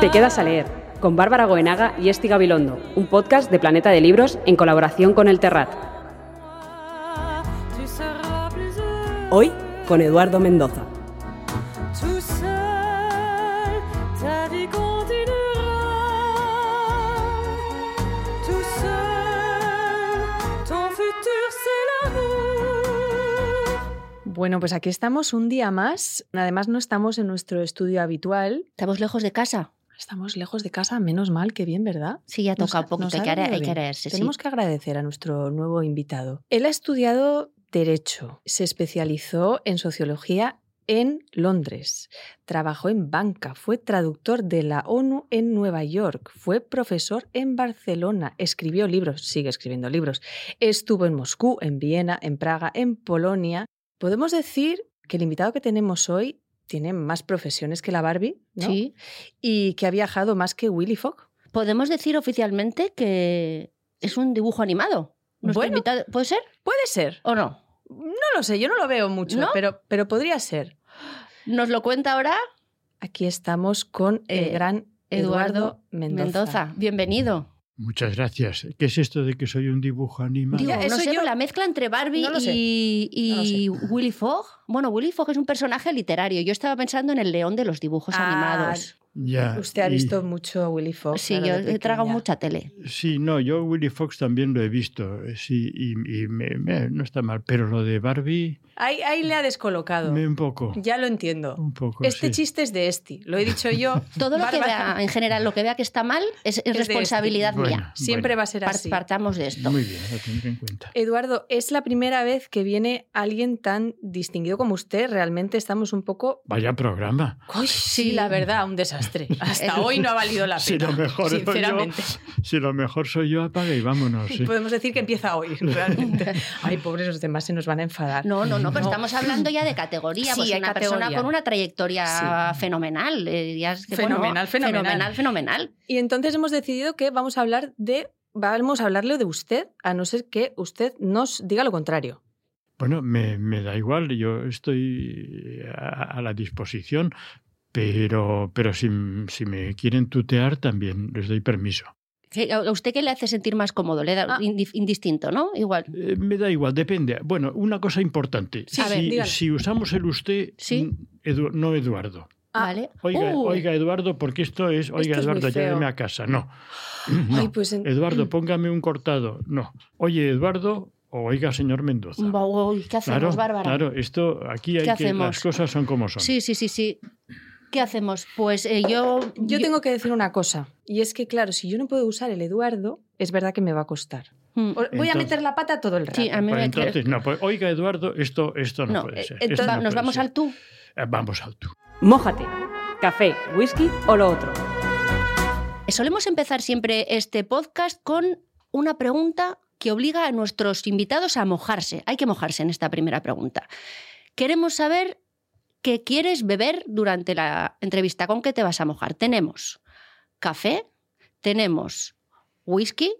Te quedas a leer con Bárbara Goenaga y Esti Gabilondo, un podcast de Planeta de Libros en colaboración con El Terrat. Hoy con Eduardo Mendoza. Bueno, pues aquí estamos un día más. Además, no estamos en nuestro estudio habitual. Estamos lejos de casa. Estamos lejos de casa, menos mal, que bien, ¿verdad? Sí, ya toca un poquito, hay que, ha hay venido que bien. agradecer, sí. Tenemos que agradecer a nuestro nuevo invitado. Él ha estudiado Derecho, se especializó en Sociología en Londres, trabajó en banca, fue traductor de la ONU en Nueva York, fue profesor en Barcelona, escribió libros, sigue escribiendo libros, estuvo en Moscú, en Viena, en Praga, en Polonia. Podemos decir que el invitado que tenemos hoy tiene más profesiones que la Barbie, ¿no? Sí. y que ha viajado más que Willy Fogg. Podemos decir oficialmente que es un dibujo animado. Nuestro Bueno. invitado- ¿Puede ser Puede ser. o no? No lo sé, yo no lo veo mucho, ¿No? pero, pero podría ser. ¿Nos lo cuenta ahora Aquí estamos con el Eh, gran Eduardo, Eduardo Mendoza. Mendoza? Bienvenido. Muchas gracias. ¿Qué es esto de que soy un dibujo animado? Digo, Ya, eso no sé, yo- pero la mezcla entre Barbie No lo sé. y, No lo y Willy Fogg. Bueno, Willy Fogg es un personaje literario. Yo estaba pensando en el león de los dibujos Ah, animados. Ya, Usted ha y- visto mucho a Willy Fox. sí, yo he tragado mucha tele. Sí, no, yo Willy Fox también lo he visto, eh, sí, y, y me- me- no está mal, pero lo de Barbie, Ahí, ahí le ha descolocado. me un poco, Ya lo entiendo. un poco, Este sí. chiste es de Esti, lo he dicho yo. Todo lo que Bárbara, vea, en general, lo que vea que está mal es, es de responsabilidad Bueno, mía. Siempre va a ser Par- así. Partamos de esto. Muy bien, lo tendré en Eh, cuenta. Eduardo, es la primera vez que viene alguien tan distinguido como usted. Realmente estamos un poco. Vaya programa. Uy, sí, la verdad, un desastre. Hasta hoy no ha valido la pena. Si lo mejor soy yo, sinceramente. Si lo mejor soy yo, apaga y vámonos. sí. Podemos decir que empieza hoy, realmente. Ay, pobres, los demás se nos van a enfadar. No, no, no, pero No. estamos hablando ya de categoría. Sí, pues hay una categoría. persona con una trayectoria fenomenal. eh, ya es que, bueno, Fenomenal, fenomenal. Fenomenal, fenomenal. Y entonces hemos decidido que vamos a hablar de. Vamos a hablarle de usted, a no ser que usted nos diga lo contrario. Bueno, me, me da igual, yo estoy eh, a, a la disposición, pero, pero si, si me quieren tutear también les doy permiso. ¿Qué- ¿A usted qué le hace sentir más cómodo? Le da Ah. indi- indistinto, ¿no? Igual. Eh, me da igual, depende. Bueno, una cosa importante. Sí, si, a ver, dígala. si usamos el usted, Sí. n- Edu- no Eduardo. Ah, ¿Vale? Oiga, Uh, oiga, Eduardo, porque esto es, oiga, es muy feo. Eduardo, lléveme a casa. No. No. Ay, pues en- Eduardo, póngame un cortado. No. Oye, Eduardo, o oiga, señor Mendoza. va- uy, ¿Qué hacemos, Claro, Bárbara? claro, esto aquí hay ¿Qué que hacemos? las cosas son como son. Sí, sí, sí, sí. ¿Qué hacemos? Pues eh, yo, Yo tengo que decir una cosa, y es que, claro, si yo no puedo usar el Eduardo, es verdad que me va a costar. Mm, O- Voy a Entonces- meter la pata todo el rato. Sí, a mí Pues me entonces, no, pues, oiga, Eduardo, esto, esto no, No, puede eh, ser. entonces esto va- no nos puede vamos ser. al tú. Eh, Vamos al tú. Mójate. Café, whisky o lo otro. Solemos empezar siempre este podcast con una pregunta que obliga a nuestros invitados a mojarse. Hay que mojarse en esta primera pregunta. Queremos saber qué quieres beber durante la entrevista. ¿Con qué te vas a mojar? Tenemos café, tenemos whisky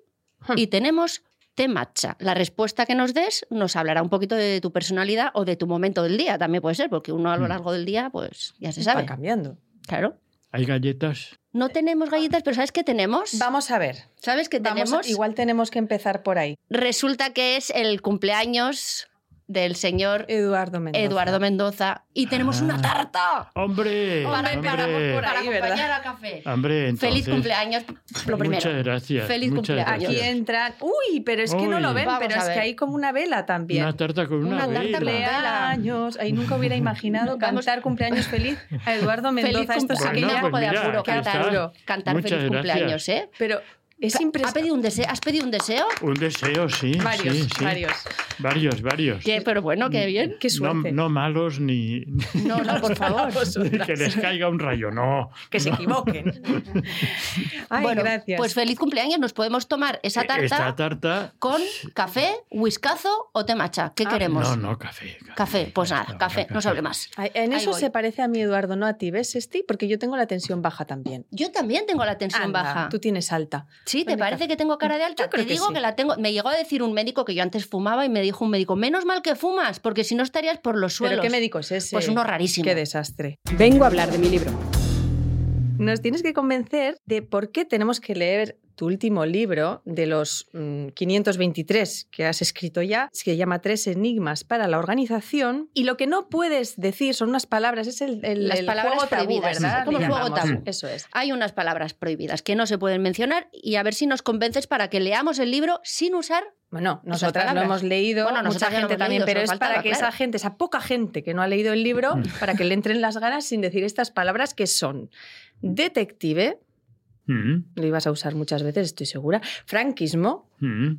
y tenemos té matcha. La respuesta que nos des nos hablará un poquito de tu personalidad o de tu momento del día. También puede ser, porque uno a lo Mm. largo del día, pues ya se Va sabe. cambiando. Claro. Hay galletas. No tenemos galletas, pero ¿sabes qué tenemos? Vamos a ver. ¿Sabes qué vamos a- tenemos? igual tenemos que empezar por ahí. Resulta que es el cumpleaños del señor Eduardo Mendoza. Eduardo Mendoza y tenemos Ah. una tarta ¡Hombre! para, ¡Hombre! para- para ahí, acompañar ¿verdad? a café. Hombre, entonces, Feliz cumpleaños, lo primero. Muchas gracias. Feliz muchas cumpleaños. Aquí gracias. entran. Uy, pero es que no lo Uy. ven, Vamos pero a es ver. que hay como una vela también. Una tarta con una, Una tarta vela. con vela. cumpleaños. Ahí nunca hubiera imaginado Vamos. cantar cumpleaños feliz a Eduardo Mendoza. Esto cumpleaños. sí que Aquí me Bueno, ya- hago pues de mira, apuro aquí cantar, está. cantar Muchas feliz gracias. cumpleaños, ¿eh? Pero es ¿Ha impresionante. pedido un deseo? ¿Has pedido un deseo? Un deseo, sí. Varios, sí, sí. varios. Varios, varios. Que- pero bueno, qué bien. Qué No, suerte. no malos ni No, no, por favor. ni que les caiga un rayo, no. que se equivoquen. Ay, bueno, gracias. pues feliz cumpleaños. Nos podemos tomar esa tarta Eh, Esta tarta. con café, whiskazo o té matcha. ¿Qué Ah, queremos? No, no, café. Ah, Café, pues nada, café, no se hable más. Ay, en Ahí eso voy. se parece a mí, Eduardo, no a ti, ¿ves, Esti? Porque yo tengo la tensión baja también. Yo también tengo la tensión Anda, baja. Tú tienes alta. Sí, ¿te Anda. parece que tengo cara de alta? Yo creo Te que digo sí. que la tengo. Me llegó a decir un médico que yo antes fumaba y me dijo un médico, menos mal que fumas, porque si no estarías por los suelos. ¿Pero qué médico es ese? Pues uno rarísimo. Qué desastre. Vengo a hablar de mi libro. Nos tienes que convencer de por qué tenemos que leer tu último libro de los mm, 523 que has escrito ya, se llama Tres Enigmas para la Organización. Y lo que no puedes decir son unas palabras, es el, el- Las el palabras juego tabú, prohibidas, ¿verdad? como Le el juego llamamos. tabú. Eso es. Hay unas palabras prohibidas que no se pueden mencionar y a ver si nos convences para que leamos el libro sin usar. Bueno, Esas nosotras lo palabras. hemos leído, Bueno, mucha nosotras ya lo gente hemos también, leído, pero solo es para faltaba, Mm. que esa claro. gente, esa poca gente que no ha leído el libro, para que le entren las ganas sin decir estas palabras que son detective, Mm, lo ibas a usar muchas veces, estoy segura, franquismo, mm,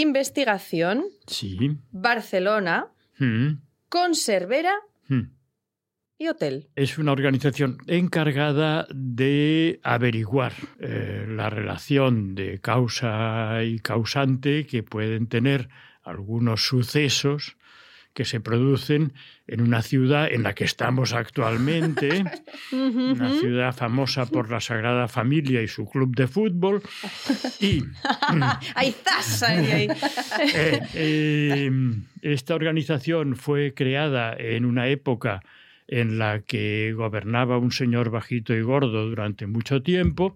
investigación, Sí. Barcelona, mm, conservera mm. y hotel. Es una organización encargada de averiguar eh, la relación de causa y causante que pueden tener algunos sucesos que se producen en una ciudad en la que estamos actualmente, una ciudad famosa por la Sagrada Familia y su club de fútbol, y ¡Ay, zas! Ahí, ahí. eh, eh, esta organización fue creada en una época en la que gobernaba un señor bajito y gordo durante mucho tiempo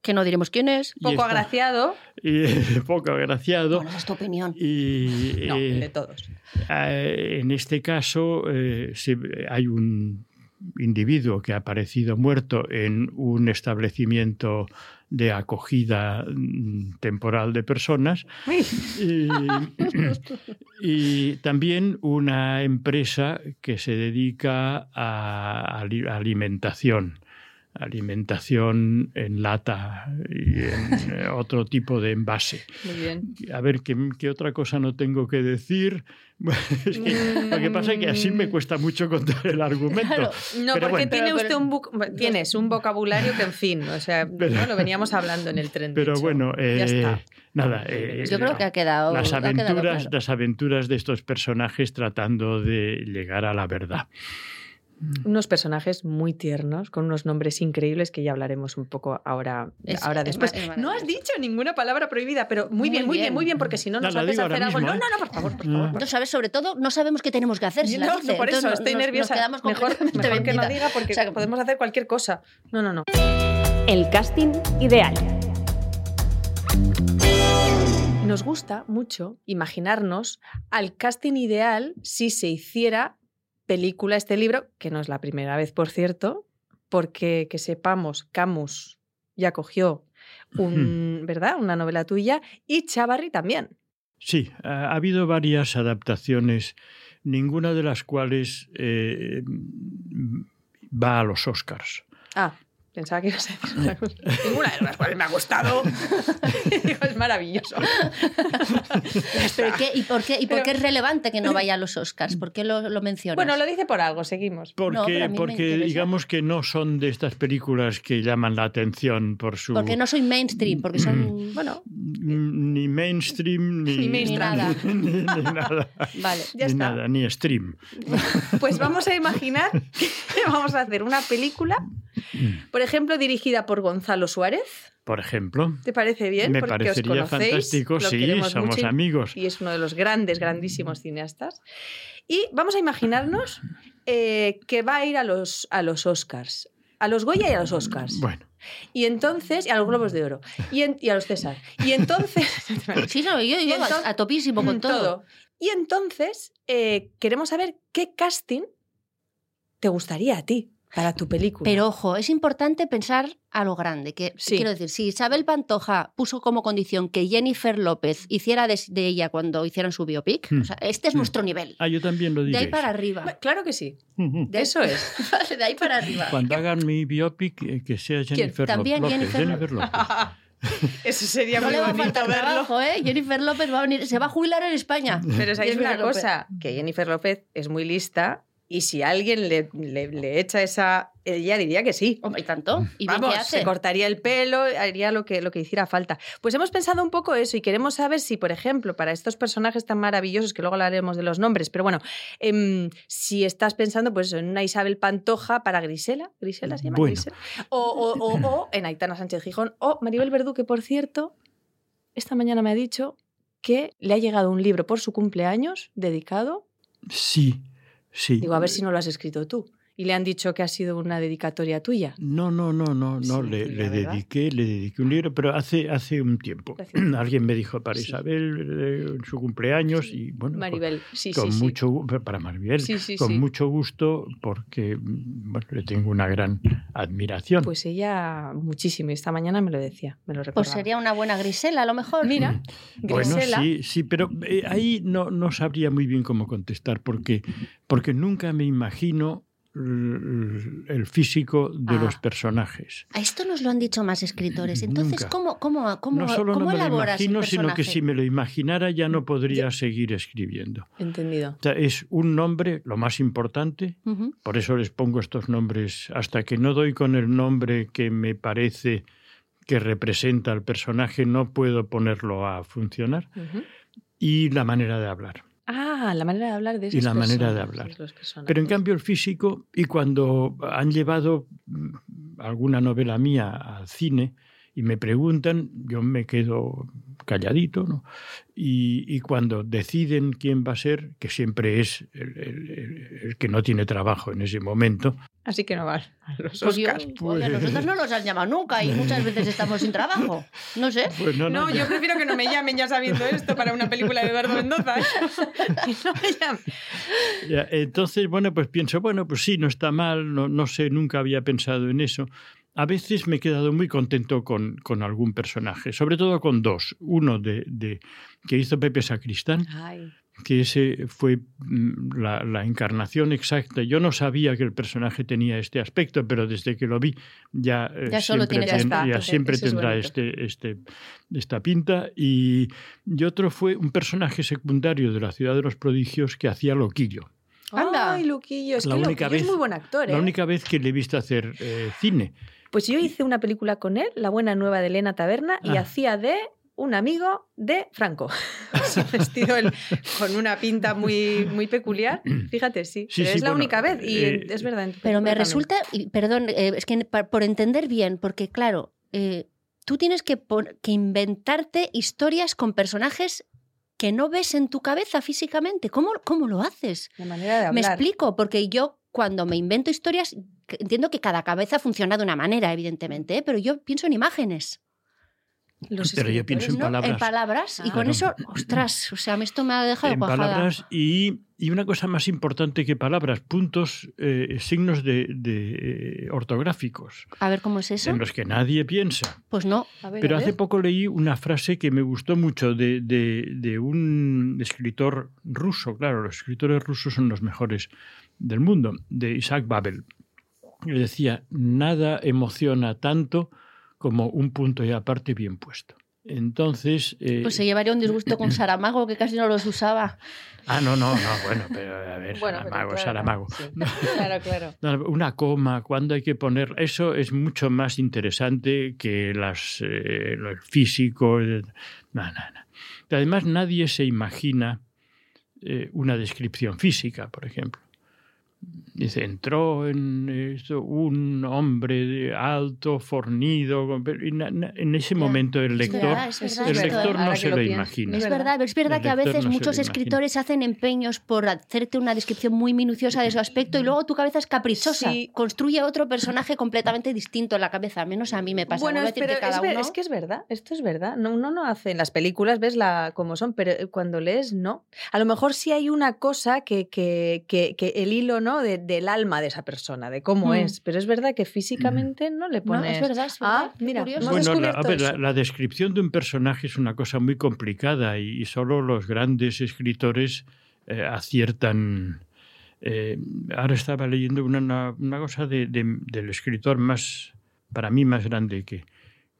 Que no diremos quién es. Y Poco está- agraciado. y eh, poco agraciado. Bueno, esa es tu opinión. Y No, eh, el de todos. eh, en este caso eh, se- hay un individuo que ha aparecido muerto en un establecimiento de acogida mm, temporal de personas y, y también una empresa que se dedica a ali- alimentación alimentación en lata y en eh, otro tipo de envase. Muy bien. A ver, ¿qué, qué otra cosa no tengo que decir? Es que lo que pasa es que así me cuesta mucho contar el argumento. Mm. Claro, No, Pero porque bueno. tiene Pero- usted pero- un buc- tienes un vocabulario que, en fin, o sea, Pero- ¿no? lo veníamos hablando en el tren. de Pero hecho. bueno, ya está. eh, nada. eh, Yo creo que ha quedado. las ha quedado aventuras, claro. las aventuras de estos personajes tratando de llegar a la verdad. Unos personajes muy tiernos, con unos nombres increíbles que ya hablaremos un poco ahora, Es- ahora es después. ma- es no has maravilloso. dicho ninguna palabra prohibida, pero muy, Muy bien, muy bien, bien. muy bien, porque si no No, nos la haces digo ahora hacer algo. mismo, No, ¿eh? no, no, por favor, por Ah. favor. por Entonces, ¿sabes? Sobre todo, no sabemos qué tenemos que hacer. si la No, dice. por Entonces, eso no- estoy nos- nerviosa. Nos quedamos mejor, completamente mejor que no vendida. diga porque O sea, podemos hacer cualquier cosa. No, no, no. El casting ideal. Nos gusta mucho imaginarnos al casting ideal si se hiciera película este libro, que no es la primera vez, por cierto, porque que sepamos, Camus ya cogió un, ¿verdad? una novela tuya y Chavarri también. Sí, ha ha habido varias adaptaciones, ninguna de las cuales eh, va a los Oscars. Ah, pensaba que ibas a decir otra cosa. Ninguna de las cuales me ha gustado. Digo, es maravilloso. ¿Pero qué- ¿Y por qué, y por Pero- qué es relevante que no vaya a los Oscars? ¿Por qué lo, lo mencionas? Bueno, lo dice por algo, seguimos. No, pero Porque, a mí me porque interesa. digamos que no son de estas películas que llaman la atención por su... Porque no soy mainstream, porque son. Bueno, Ni mainstream, ni, Ni mainstream. Ni nada. ni- ni nada. Vale. ya ni está. nada, ni stream. Pues vamos a imaginar que vamos a hacer una película, por ejemplo, dirigida por Gonzalo Suárez. Por ejemplo, ¿Te parece bien? me Porque parecería os conocéis, fantástico, lo sí, queremos somos mucho y- amigos. Y es uno de los grandes, grandísimos cineastas. Y vamos a imaginarnos eh, que va a ir a los, a los Oscars. A los Goya y a los Oscars. Bueno, Y entonces, y a los Globos de Oro. Y, en- y a los César. Y entonces. Sí, no, yo, yo Y entonces- a- a topísimo con todo. Mm, Y entonces, eh, queremos saber qué casting te gustaría a ti para tu película. Pero ojo, es importante pensar a lo grande. Que, Sí. Quiero decir, si Isabel Pantoja puso como condición que Jennifer López hiciera de, de ella cuando hicieran su biopic, Hmm. o sea, este es Hmm. nuestro nivel. ah, yo también lo De ahí diré. para arriba. Claro que sí. Ujú. De ahí- Eso es. Vale, de ahí para arriba. Cuando hagan mi biopic, eh, que sea Jennifer También López. Jennifer López. Eso sería No muy le va a bonito faltar verlo. trabajo, ¿eh? Jennifer López va a venir, se va a jubilar en España. Hmm. Pero sabéis Jennifer una López. cosa, que Jennifer López es muy lista y si alguien le, le- le echa esa... Ella diría que sí. Hombre, ¿y tanto. Hmm. ¿Y bien Vamos, qué hace? se cortaría el pelo, haría lo que, lo que hiciera falta. Pues hemos pensado un poco eso y queremos saber si, por ejemplo, para estos personajes tan maravillosos, que luego hablaremos de los nombres, pero bueno, em, si estás pensando pues, en una Isabel Pantoja para Grisela, Grisela se llama Bueno. Grisela, o, o- o- o en Aitana Sánchez Gijón, o Maribel Verdú, que por cierto, esta mañana me ha dicho que le ha llegado un libro por su cumpleaños dedicado. Sí, sí. Digo, a ver si no lo has escrito tú. y le han dicho que ha sido una dedicatoria tuya. No, no, no, no, no. Sí, le, la le verdad. dediqué, le dediqué un libro, pero hace, hace un tiempo. Hace un tiempo. Alguien me dijo para Sí. Isabel eh, en su cumpleaños Sí. y bueno. pues, Maribel, sí, con sí, sí. mucho gu- para Maribel, Sí, sí, con sí. mucho gusto porque mm, bueno, le tengo una gran admiración. Pues ella muchísimo, y esta mañana me lo decía, me lo Pues recordaba. sería una buena Grisela, a lo mejor. Mm. Mira, bueno, Grisela. sí, sí, pero eh, ahí no, no sabría muy bien cómo contestar porque porque nunca me imagino l- el físico de Ah. los personajes. A esto nos lo han dicho más escritores. Entonces, Nunca. ¿cómo, cómo, cómo, no solo cómo no me lo elaboras el imagino, sino que personaje? si me lo imaginara ya no podría seguir escribiendo. Entendido. O sea, es un nombre, lo más importante, Ujú. Por eso les pongo estos nombres. Hasta que no doy con el nombre que me parece que representa al personaje, no puedo ponerlo a funcionar. Ujú. Y la manera de hablar. Ah, la manera de hablar de Y esas la manera de personas, hablar. los personajes. Pero en cambio el físico, y cuando han llevado mm, alguna novela mía al cine y me preguntan, yo me quedo calladito, ¿no? Y, y cuando deciden quién va a ser, que siempre es el- el- el- el que no tiene trabajo en ese momento, Así que no vas a los Pues yo, Oscars. oye, a nosotros no nos han llamado nunca y muchas veces estamos sin trabajo. No sé. pues no, no, ya- prefiero que no me llamen ya sabiendo esto para una película de Eduardo Mendoza. no me llamen. Ya, Entonces, bueno, pues pienso, bueno, pues sí, no está mal, no, no sé, nunca había pensado en eso. A veces me he quedado muy contento con, con algún personaje, sobre todo con dos. Uno de, de- que hizo Pepe Sacristán, Ay, que ese fue mm, la, la encarnación exacta. Yo no sabía que el personaje tenía este aspecto, pero desde que lo vi ya, eh, Ya solo siempre, tiene- ya ten- está, ya pues, siempre eso es tendrá bonito. este, este, esta pinta. Y, y otro fue un personaje secundario de la Ciudad de los Prodigios que hacía Loquillo. Anda. Ay, Luquillo, es La que única Luquillo es vez- muy buen actor, ¿eh? La única vez que le he visto hacer eh, cine. Pues yo hice una película con él, La buena nueva de Elena Taberna, y Ah. hacía de un amigo de Franco. Se vestido él con una pinta muy, muy peculiar. Fíjate, sí. Sí, pero sí, es la bueno, única vez y eh, es verdad. en tu Pero película me también. resulta, y perdón, eh, es que pa- por entender bien, porque claro, eh, tú tienes que, pon- que inventarte historias con personajes que no ves en tu cabeza físicamente. ¿Cómo, cómo lo haces? La manera de hablar. Me explico, porque yo cuando me invento historias, que- entiendo que cada cabeza funciona de una manera, evidentemente, ¿eh? pero yo pienso en imágenes, Los Pero yo pienso en escritores, ¿no? en palabras. palabras, y Ah. con Claro. eso, ostras, o sea, esto me ha dejado en cuajada. palabras y, y una cosa más importante que palabras, puntos, eh, signos de, de, eh, ortográficos, A ver cómo es eso. en los que nadie piensa. Pues no, ¿no? A ver, Pero a ver. hace poco leí una frase que me gustó mucho de, de- de un escritor ruso, claro, los escritores rusos son los mejores del mundo, de Isaac Babel. Y decía, nada emociona tanto como un punto y aparte bien puesto. Entonces... eh, pues se llevaría un disgusto con Saramago, que casi no los usaba. Ah, no, no, no, bueno, pero a ver, Bueno, pero Saramago, claro, Saramago. sí. Claro, claro. No, Una coma, cuándo hay que poner, eso es mucho más interesante que las, eh, lo físico. el- No, no, no. Además, nadie se imagina eh, una descripción física, por ejemplo. Dice, entró en esto un hombre de alto, fornido, con pe- y na- na- en ese Ya, momento el es lector verdad, es verdad, el es verdad. lector no Ahora que se lo lo pienso. imagina. Es Verdad. verdad, pero es verdad El que a lector veces no se muchos lo imagina. escritores hacen empeños por hacerte una descripción muy minuciosa de su aspecto y luego tu cabeza es caprichosa. Sí. Construye otro personaje completamente distinto en la cabeza, al menos a mí me pasa. Bueno, No voy a es, decir pero que cada es ver- uno- es que es verdad, esto es verdad. No, uno no hace en las películas, ves la como son, pero eh, cuando lees, no. A lo mejor sí hay una cosa que, que, que- que el hilo no De- del alma de esa persona, de cómo Mm. es, pero es verdad que físicamente no le No, es pones. verdad, es verdad. Ah, qué mira, curioso. hemos Bueno, la, a descubierto ver, la- eso. la descripción de un personaje es una cosa muy complicada y, y solo los grandes escritores eh, aciertan. Eh, ahora estaba leyendo una, una- una cosa de- de- del escritor más, para mí, más grande que,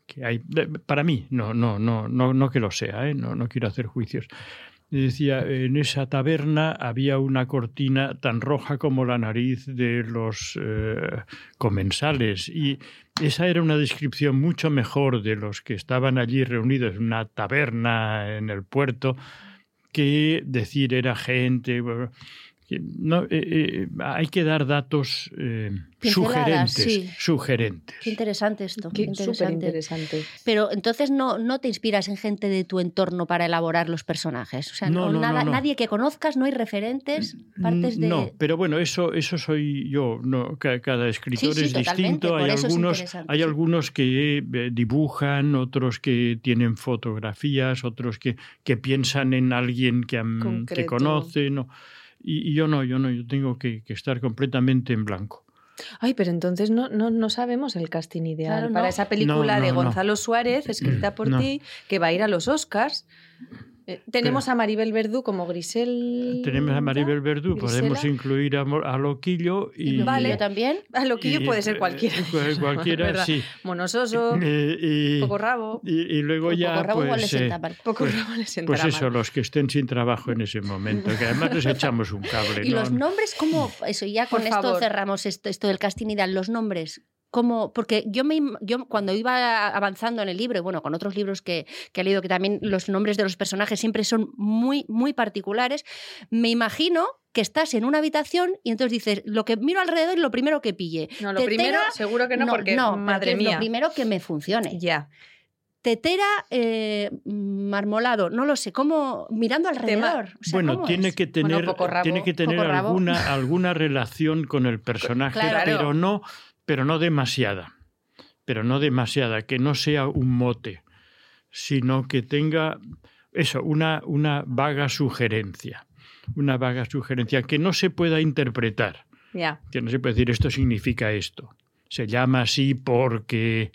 que hay. De- Para mí, no, no, no, no, no que lo sea, ¿eh? no, no quiero hacer juicios. Y Decía, en esa taberna había una cortina tan roja como la nariz de los eh, comensales. Y esa era una descripción mucho mejor de los que estaban allí reunidos en una taberna en el puerto que decir era gente. bueno, No, eh, eh, hay que dar datos eh, Pinceladas, sugerentes. sí. sugerentes. Qué interesante esto. Qué Súper interesante. interesante. Pero entonces no, no te inspiras en gente de tu entorno para elaborar los personajes. O sea, no, No, no, no, nada- no. Mm, nadie que conozcas, no hay referentes, partes de. No, pero bueno, eso, eso soy yo. No, Ca- cada escritor Sí, sí, es totalmente, distinto. por Hay eso es algunos, interesante, hay sí. algunos que eh, dibujan, otros que tienen fotografías, otros que, que piensan en alguien que, han- que Concreto. conocen. o- Y, y yo no, yo no, yo tengo que, que estar completamente en blanco. Ay, pero entonces no, no, no sabemos el casting ideal Claro, no. para esa película No, no, de no. Mm, Gonzalo Suárez, escrita por No. ti, que va a ir a los Oscars. Eh, tenemos a Maribel Verdú como Grisel. Tenemos a Maribel Verdú, Grisela. podemos incluir a, Mo- a Loquillo y. ¿Y Vale. yo también. A lo que yo y, puede eh, ser cualquiera. cual- Cualquiera, ¿verdad? sí. Monososo, Eh, y, poco rabo. y- y luego Un ya. poco rabo igual le pues, eh, sienta mal. Poco pues- rabo le Pues sentará eso, mal. los que estén sin trabajo en ese momento, que además les echamos un cable. ¿Y ¿no? los nombres cómo? Eso, ya con Por esto favor. cerramos esto, esto del casting ideal. Los nombres, ¿cómo? Porque yo, me, im- yo cuando iba avanzando en el libro, y bueno, con otros libros que, que he leído, que también los nombres de los personajes siempre son muy, muy particulares, me imagino que estás en una habitación y entonces dices, lo que miro alrededor y lo primero que pille. No, lo Tetera- primero, seguro que no, porque madre porque es mía. Lo primero que me funcione. Ya. Tetera, eh, marmolado, no lo sé, ¿cómo? Mirando alrededor. o sea, Bueno, ¿cómo tiene es? que, Bueno, tener, poco rabo, tiene que tener poco rabo. alguna, alguna relación con el personaje, Claro. pero, no, pero no demasiada. Pero no demasiada, que no sea un mote, sino que tenga eso, una, una vaga sugerencia. Una vaga sugerencia que no se pueda interpretar. Ya. que no se puede decir esto significa esto, se llama así porque...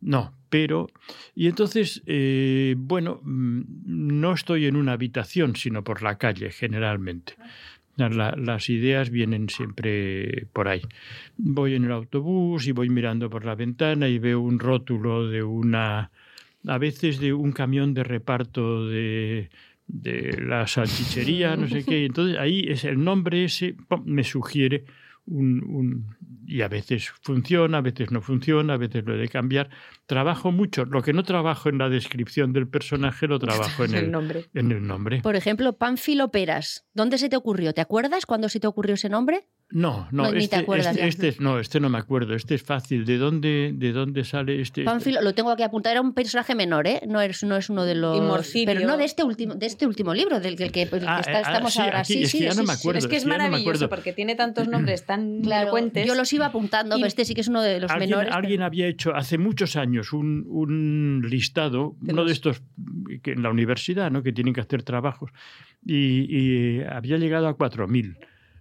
No, pero... Y entonces, eh, bueno, mm, no estoy en una habitación, sino por la calle generalmente. La- las ideas vienen siempre por ahí. Voy en el autobús y voy mirando por la ventana y veo un rótulo de una... A veces de un camión de reparto de, de la salchichería, no sé qué. Y entonces ahí es el nombre ese pum, me sugiere un, un- y a veces funciona, a veces no funciona, a veces lo he de cambiar. Trabajo mucho. Lo que no trabajo en la descripción del personaje lo trabajo en Este El el, nombre. en el nombre. Por ejemplo, Pánfilo Peras. ¿Dónde se te ocurrió? ¿Te acuerdas cuándo se te ocurrió ese nombre? No, no, No, ni te este, acuerdas este- ya. este es- no, este no me acuerdo. Este es fácil. ¿De dónde, de dónde sale este? Pánfilo, lo tengo aquí apuntado, era un personaje menor, ¿eh? No es, no es uno de los. Y Morcilio. Pero no de este último, de este último libro, del que, el que- el que Ah, está- eh, ah, estamos sí, ahora. aquí, sí, es sí, que ya sí, no me sí. acuerdo, Es que es ya no me acuerdo. maravilloso porque tiene tantos nombres tan Claro, elocuentes. yo los iba apuntando, Y- pero este sí que es uno de los alguien, menores. alguien había hecho hace muchos años un, un listado, De uno de los- estos que en la universidad, ¿no? que tienen que hacer trabajos, y, y había llegado a 4.000.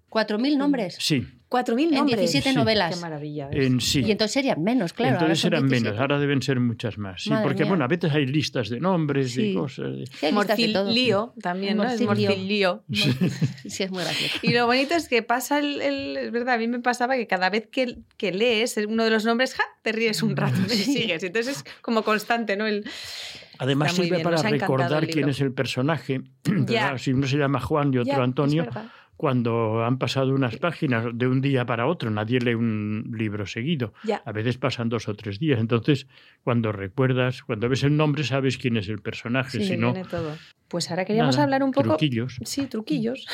Cuatro mil nombres. Sí, 4.000 En nombres. 17 Sí. Qué novelas. maravilla. ¿ves? en sí. Y entonces serían menos, claro. ahora Entonces son eran 17. menos, ahora deben ser muchas más. Sí, Madre porque mía. bueno, a veces hay listas de nombres, Sí. de cosas. de- Sí, hay listas de todo. Morcilio también, ¿no? Es Morcilio. Morcilio. Sí, es muy gracioso. Y lo bonito es que pasa el, el- Es verdad, a mí me pasaba que cada vez que, que lees uno de los nombres, ¡ja! te ríes un rato y sigues. Entonces es como constante, ¿no? El, Además Está muy sirve bien, para nos ha encantado recordar el libro. quién es el personaje. Ya. ¿verdad? Si uno se llama Juan y otro Ya, Antonio, es verdad. cuando han pasado unas páginas de un día para otro, nadie lee un libro seguido. Ya. A veces pasan dos o tres días. Entonces, cuando recuerdas, cuando ves el nombre, sabes quién es el personaje. Sí, si no, viene todo. Pues ahora queríamos nada, hablar un poco. Truquillos. Sí, truquillos.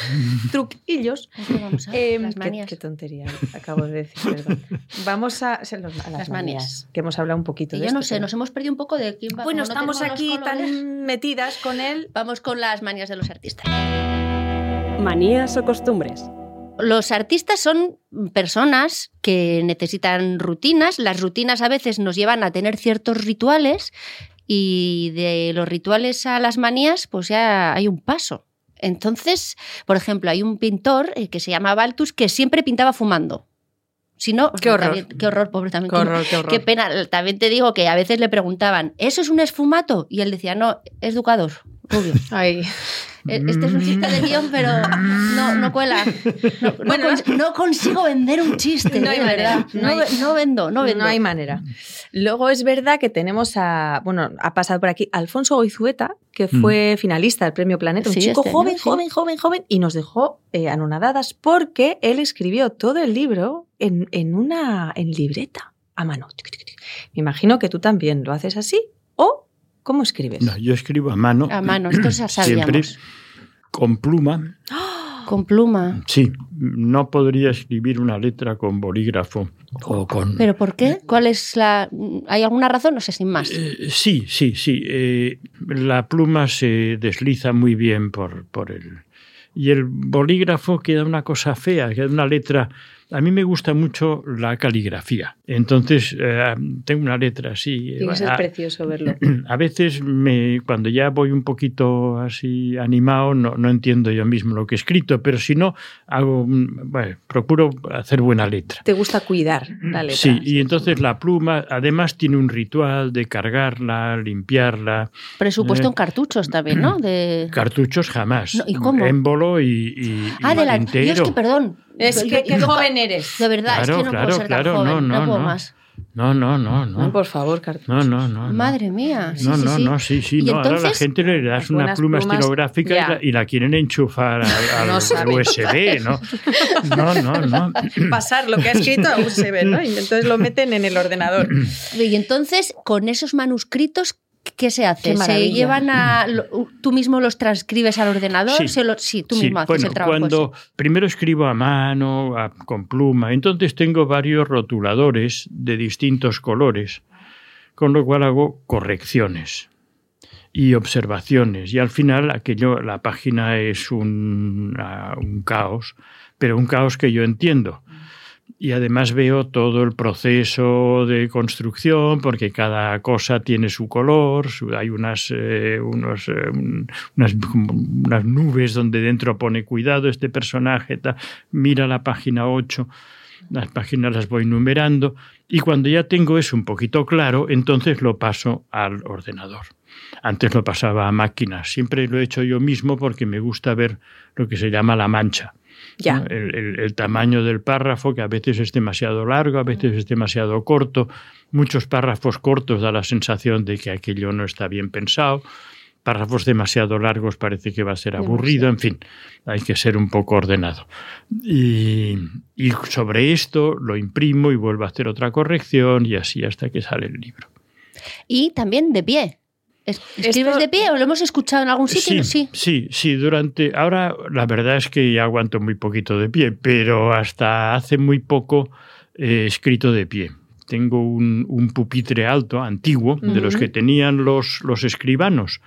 truquillos. Es que vamos a Em, Ah, las qué- manías. Qué, tontería acabo de decir, perdón. Vamos a, o sea, los- a las, Las manías. manías, que hemos hablado un poquito Y de yo no esto, sé, pero- nos hemos perdido un poco de quién va. Bueno, como no estamos tengo los aquí colores. tan metidas con él. Vamos con las manías de los artistas. Manías o costumbres. Los artistas son personas que necesitan rutinas. Las rutinas a veces nos llevan a tener ciertos rituales y de los rituales a las manías pues ya hay un paso. Entonces, por ejemplo, hay un pintor eh, que se llama Baltus que siempre pintaba fumando. Si no, Qué horror. también- qué horror, pobre también. tiene- qué Qué pena. También te digo que a veces le preguntaban, ¿eso es un esfumato? Y él decía, no, es Ducados, rubio. Ay. E- Este es un chiste de guión, pero no, no cuela. No, no Bueno. cons- no consigo vender un chiste, No de hay verdad. manera, no No, hay- no vendo, no vendo. hay manera. Luego es verdad que tenemos a, bueno, ha pasado por aquí Alfonso Goizueta, que Mm. fue finalista del Premio Planeta, un Sí, chico este año, joven, sí. joven, joven, joven, y nos dejó eh, anonadadas porque él escribió todo el libro en, en una en libreta a mano. Tic, tic, tic. Me imagino que tú también lo haces así o cómo escribes. No, yo escribo a mano. A mano, esto ya sabíamos. Siempre con pluma, Con pluma. Sí, no podría escribir una letra con bolígrafo o con... ¿Pero por qué? ¿Cuál es la...? ¿Hay alguna razón? No sé, sin más. Eh, sí, sí, sí. eh, la pluma se desliza muy bien por, por el... Y el bolígrafo queda una cosa fea, queda una letra... A mí me gusta mucho la caligrafía. Entonces, eh, tengo una letra así. eh, Tiene que ser a- precioso verlo. a veces me, cuando ya voy un poquito así animado, no, no entiendo yo mismo lo que he escrito, pero si no, hago, un- bueno, procuro hacer buena letra. Te gusta cuidar la letra. Sí, y entonces la pluma además tiene un ritual de cargarla, limpiarla, Presupuesto eh, en cartuchos también, ¿no? De... cartuchos jamás, No, ¿y cómo? émbolo y, y- Ah, y de la... Yo entero. es que, perdón. Es Yo- que yo- qué joven eres. De verdad, es Claro, que no claro, puedo ser tan claro, joven. no, No, no, puedo no. más. No, no, no, no. Por favor, cartuchos. No, no, no, no. Madre mía. sí, no, sí, no, sí. no, sí, sí, Y no. Ahora la entonces, gente le das las una buenas pluma plumas, estilográfica y ya. la- y la quieren enchufar a- al No saben. USB, ¿no? No, no, no. Pasar lo que ha escrito a USB, ¿no? Y entonces lo meten en el ordenador. Y entonces, con esos manuscritos, ¿qué se hace? Qué ¿Se maravilla. llevan a. lo- tú mismo los transcribes al ordenador? Sí. Se lo- sí, tú Sí, mismo haces bueno, el trabajo. cuando primero escribo a mano, a- con pluma, entonces tengo varios rotuladores de distintos colores, con lo cual hago correcciones y observaciones. Y al final aquello, la página es un, a- un caos, pero un caos que yo entiendo. Y además veo todo el proceso de construcción, porque cada cosa tiene su color, su- hay unas, eh, unos, eh, un- unas, como unas nubes donde dentro pone cuidado este personaje, tal. mira la página 8, las páginas las voy numerando y cuando ya tengo eso un poquito claro, entonces lo paso al ordenador. Antes lo pasaba a máquinas, siempre lo he hecho yo mismo porque me gusta ver lo que se llama la mancha. Ya. ¿no? El, el- el tamaño del párrafo, que a veces es demasiado largo, a veces es demasiado corto. Muchos párrafos cortos da la sensación de que aquello no está bien pensado. Párrafos demasiado largos parece que va a ser aburrido. En fin, hay que ser un poco ordenado. Y, y sobre esto lo imprimo y vuelvo a hacer otra corrección y así hasta que sale el libro. Y también de pie. Es- ¿Escribes Esto- de pie o lo hemos escuchado en algún sitio? sí, sí, sí, durante. Ahora la verdad es que ya aguanto muy poquito de pie, pero hasta hace muy poco he escrito de pie. Tengo un, un pupitre alto, antiguo, de los que tenían los, los escribanos,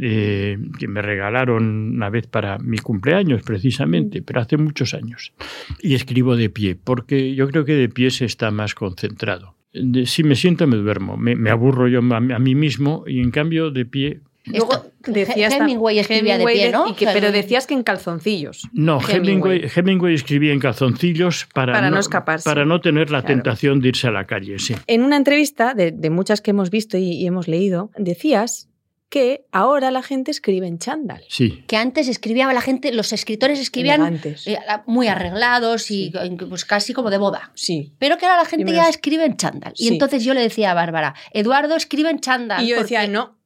eh, que me regalaron una vez para mi cumpleaños, precisamente, pero hace muchos años. Y escribo de pie, porque yo creo que de pie se está más concentrado. De- si me siento, me duermo, me, me aburro yo a, a mí mismo, y en cambio, de pie Esto- Luego decías tam- Hemingway escribía de Hemingway pie, de- ¿no? y que- O sea, pero decías que en calzoncillos. No, Hemingway. Hemingway, Hemingway escribía en calzoncillos para, Para no escaparse. Para no tener la Claro. tentación de irse a la calle, sí. En una entrevista de, de muchas que hemos visto y, y hemos leído, decías que ahora la gente escribe en chándal. Sí. Que antes escribía la gente, los escritores escribían Elegantes. eh, muy arreglados y pues, casi como de boda. Sí. Pero que ahora la gente Primeros- ya escribe en chándal. Y Sí. entonces yo le decía a Bárbara, Eduardo escribe en chándal. Y yo porque decía, no.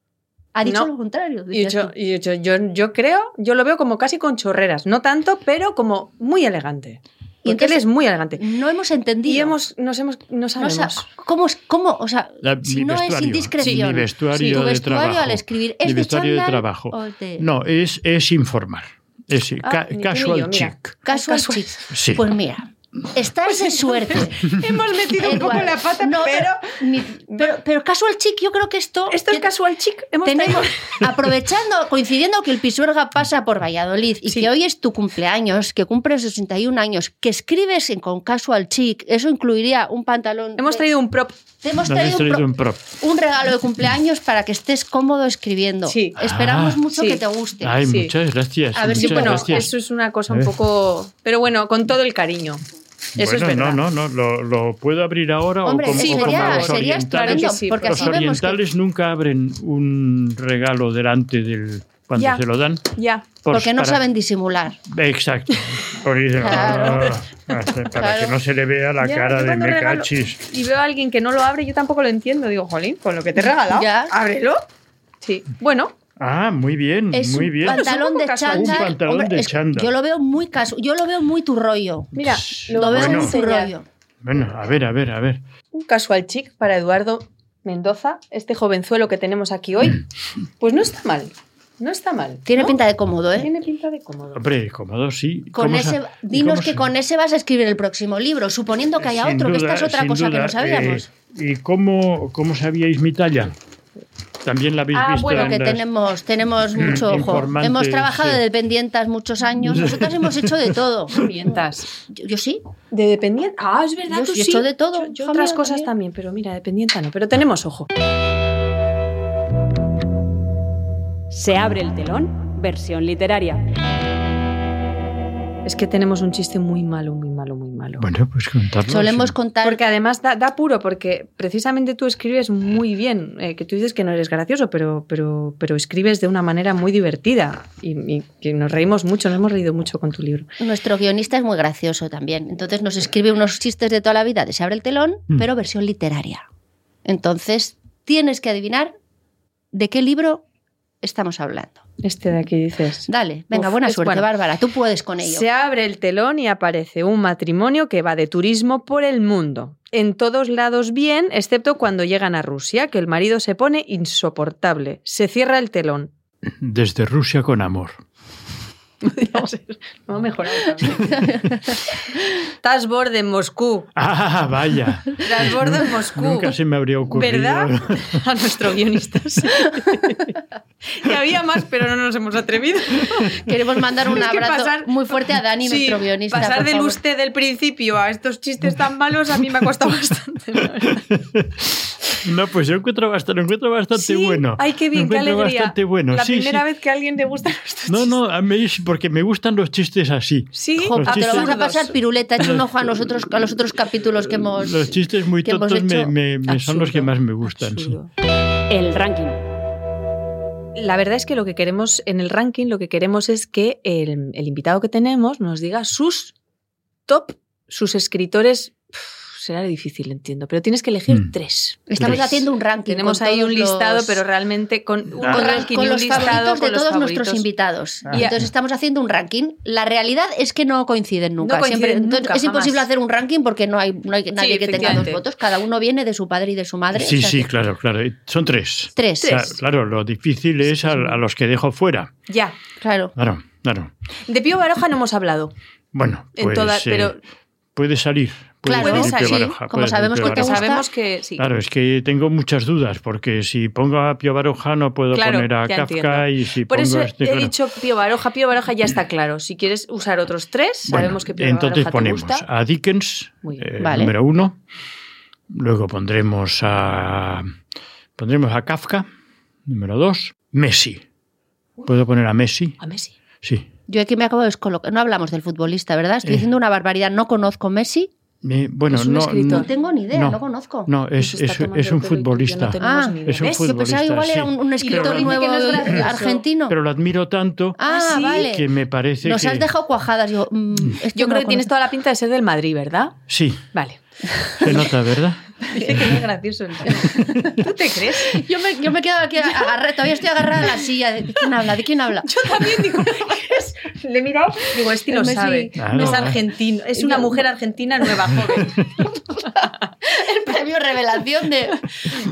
Ha dicho no. lo contrario. Y decías yo, tú. y yo, yo, yo creo, yo lo veo como casi con chorreras. No tanto, pero como muy elegante. Y Porque entonces- él es muy elegante. no hemos entendido. Y hemos, nos hemos, no No, sabemos. sa- ¿cómo, es- ¿Cómo? O sea, La- si mi no es vestuario. indiscreción. Sí, mi vestuario tu de vestuario trabajo. al escribir es Mi de vestuario de chándal trabajo. o de- No, es, es informal. Es Ah, ca- ni tú ni casual yo, mira. chic. Casual, Casual. Pues chic. Sí. Pues mira, estás de suerte. Hemos metido un poco Eduardo. la pata, No, pero ni- pero, pero casual chic, yo creo que esto... Esto es yo- casual chic. Hemos Tenemos, traído- aprovechando, coincidiendo que el Pisuerga pasa por Valladolid y Sí. que hoy es tu cumpleaños, que cumples 61 años, que escribes en- con casual chic, eso incluiría un pantalón. hemos de- traído un prop. te hemos Nos habéis traído un, traído pro- un prop. un regalo de cumpleaños para que estés cómodo escribiendo. Sí. Esperamos Ah. mucho Sí. que te guste. Ay, Sí. muchas gracias. A ver si- muchas Sí, bueno, gracias. eso es una cosa A un ver. poco. Pero bueno, con todo el cariño. Eso es Bueno, verdad. no, no, no. Lo, lo puedo abrir ahora Hombre, o como, sí, como sería, los sería orientales. estupendo, Claro que sí, porque por los así vemos que, orientales nunca abren un regalo delante del cuando Ya. se lo dan. Ya. por- porque no pues para- saben disimular. Exacto. Porque dicen, Claro. "Ah", para Claro. que no se le vea la Ya, cara yo de cuando me regalo- cachis. Y veo a alguien que no lo abre, yo tampoco lo entiendo. Digo, jolín, con lo que te he regalado, Ya. ábrelo. Sí. Bueno, Ah, muy bien, Es muy un bien. pantalón Bueno, de es un poco casual. chándal. Un pantalón Hombre, de es- chándal. Yo lo veo muy casu yo lo veo muy tu rollo. mira, lo, Lo veo Bueno. muy tu rollo. Bueno, a ver, a ver, a ver. Un casual chic para Eduardo Mendoza, este jovenzuelo que tenemos aquí hoy. Pues no está mal. No está mal. Tiene ¿no? pinta de cómodo, ¿eh? Tiene pinta de cómodo. Hombre, cómodo sí. Con ¿Cómo se- ese, y dinos cómo que se- con ese vas a escribir el próximo libro, suponiendo que haya Sin otro, que esta es duda, otra sin cosa que duda, no sabíamos. eh, ¿Y cómo, cómo sabíais mi talla? También la habéis Ah, visto. bueno, en que las- tenemos, tenemos mucho ojo. informantes, Hemos trabajado sí. de dependientas muchos años. Nosotras hemos hecho de todo. Dependientas. Yo, yo sí. De dependiente. Ah, es verdad, Yo tú sí he sí. hecho de todo, Yo, yo familia otras cosas también. también, pero mira, dependienta no. Pero tenemos ojo. Se abre el telón, versión literaria. Es que tenemos un chiste muy malo, muy malo, muy malo. Bueno, pues contarlo. Solemos contar. Porque además da, da puro, porque precisamente tú escribes muy bien, eh, que tú dices que no eres gracioso, pero, pero, pero escribes de una manera muy divertida y, y que nos reímos mucho, nos hemos reído mucho con tu libro. Nuestro guionista es muy gracioso también. Entonces nos escribe unos chistes de toda la vida de Se abre el telón, Mm. pero versión literaria. Entonces tienes que adivinar de qué libro estamos hablando. Este de aquí dices. Dale, venga, Uf, buena es suerte, bueno. Bárbara. Tú puedes con ello. Se abre el telón y aparece un matrimonio que va de turismo por el mundo. En todos lados bien, excepto cuando llegan a Rusia, que el marido se pone insoportable. Se cierra el telón. Desde Rusia con amor. No ha mejorado. Tasbord en Moscú. Ah, vaya. Transbordo en Moscú. Nunca se me habría ocurrido. ¿Verdad? A nuestro guionista. sí. que había más, pero no nos hemos atrevido. Queremos mandar un Es que abrazo pasar- muy fuerte a Dani, Sí, nuestro guionista. Pasar por del favor. usted del principio a estos chistes tan malos a mí me ha costado bastante. la verdad. No, pues yo encuentro bastante, lo encuentro bastante Sí, bueno. Ay, qué bien, Lo qué encuentro alegría. bastante bueno. La sí, primera sí. vez que a alguien le gustan estos No, chistes. no, a mí es porque me gustan los chistes así. Sí, Jo, Los te lo vas a absurdos. pasar piruleta. Echa un ojo a, nosotros, a los otros capítulos que hemos. Los chistes muy que hemos tontos me- hecho. me- me son los que Absurdo, más me gustan. sí. absurdo. El ranking. La verdad es que lo que queremos en el ranking, lo que queremos es que el, el invitado que tenemos nos diga sus top, sus escritores. Uf, será difícil, entiendo, pero tienes que elegir Mm. tres. Estamos Tres. haciendo un ranking. Tenemos con ahí todos un listado, los- pero realmente con un Ah. con, ranking, con y un los listado favoritos de con los todos favoritos. nuestros invitados. Ah. Y entonces estamos haciendo un ranking. La realidad es que no coinciden nunca. No coinciden Siempre- entonces nunca, es imposible jamás. hacer un ranking porque no hay, no hay nadie que tenga dos efectivamente. votos. Cada uno viene de su padre y de su madre. Sí, O sea sí, que- claro, claro. Son tres. Tres. Claro, claro, lo difícil es a, a los que dejo fuera. Ya. Claro. Claro, claro. De Pío Baroja no hemos hablado. Bueno, En pues, toda- eh, pero- puede salir. Claro, salir Puede Pepe salir, Baroja, como puede salir sabemos Pepe que te Baroja. gusta. Sabemos que sí. Claro, es que tengo muchas dudas, porque si pongo a Pío Baroja no puedo Claro, poner a ya Kafka entiendo. y si Por pongo eso a este... he claro. dicho Pío Baroja. Pío Baroja ya está claro. Si quieres usar otros tres, Bueno, sabemos que Pío entonces Baroja ponemos te gusta. a Dickens, Muy bien. eh, Vale. número uno. Luego pondremos a pondremos a Kafka, número dos. Messi. ¿Puedo poner a Messi? A Messi. Sí. Yo aquí me acabo de descolocar. No hablamos del futbolista, ¿verdad? Estoy Eh. diciendo una barbaridad. No conozco Messi. Eh, bueno, Es un no, escritor. No tengo ni idea, no, conozco. No, es, Nos está es- es tomando un el pelo y tú y yo no futbolista. tenemos Ah, ni idea. es un ¿Ves? Yo pensaba futbolista, igual sí. era un, un luego escritor dice nuevo que no es gracioso. argentino. Pero lo admiro tanto ah, Ah, sí. vale. que me parece Nos que... has dejado cuajadas. Yo, mm, este Yo no creo lo que tienes conozco. toda la pinta de ser del Madrid, ¿verdad? Sí, Vale. se nota, ¿verdad? Dice que no es gracioso el tema. ¿Tú te crees? Yo me, yo me quedo aquí agarré, todavía estoy agarrada a la silla. ¿De quién habla? ¿De quién habla? Yo también digo, le he mirado, digo, este lo Messi. sabe. Claro. es argentino, es una mujer argentina nueva, joven. El premio revelación de.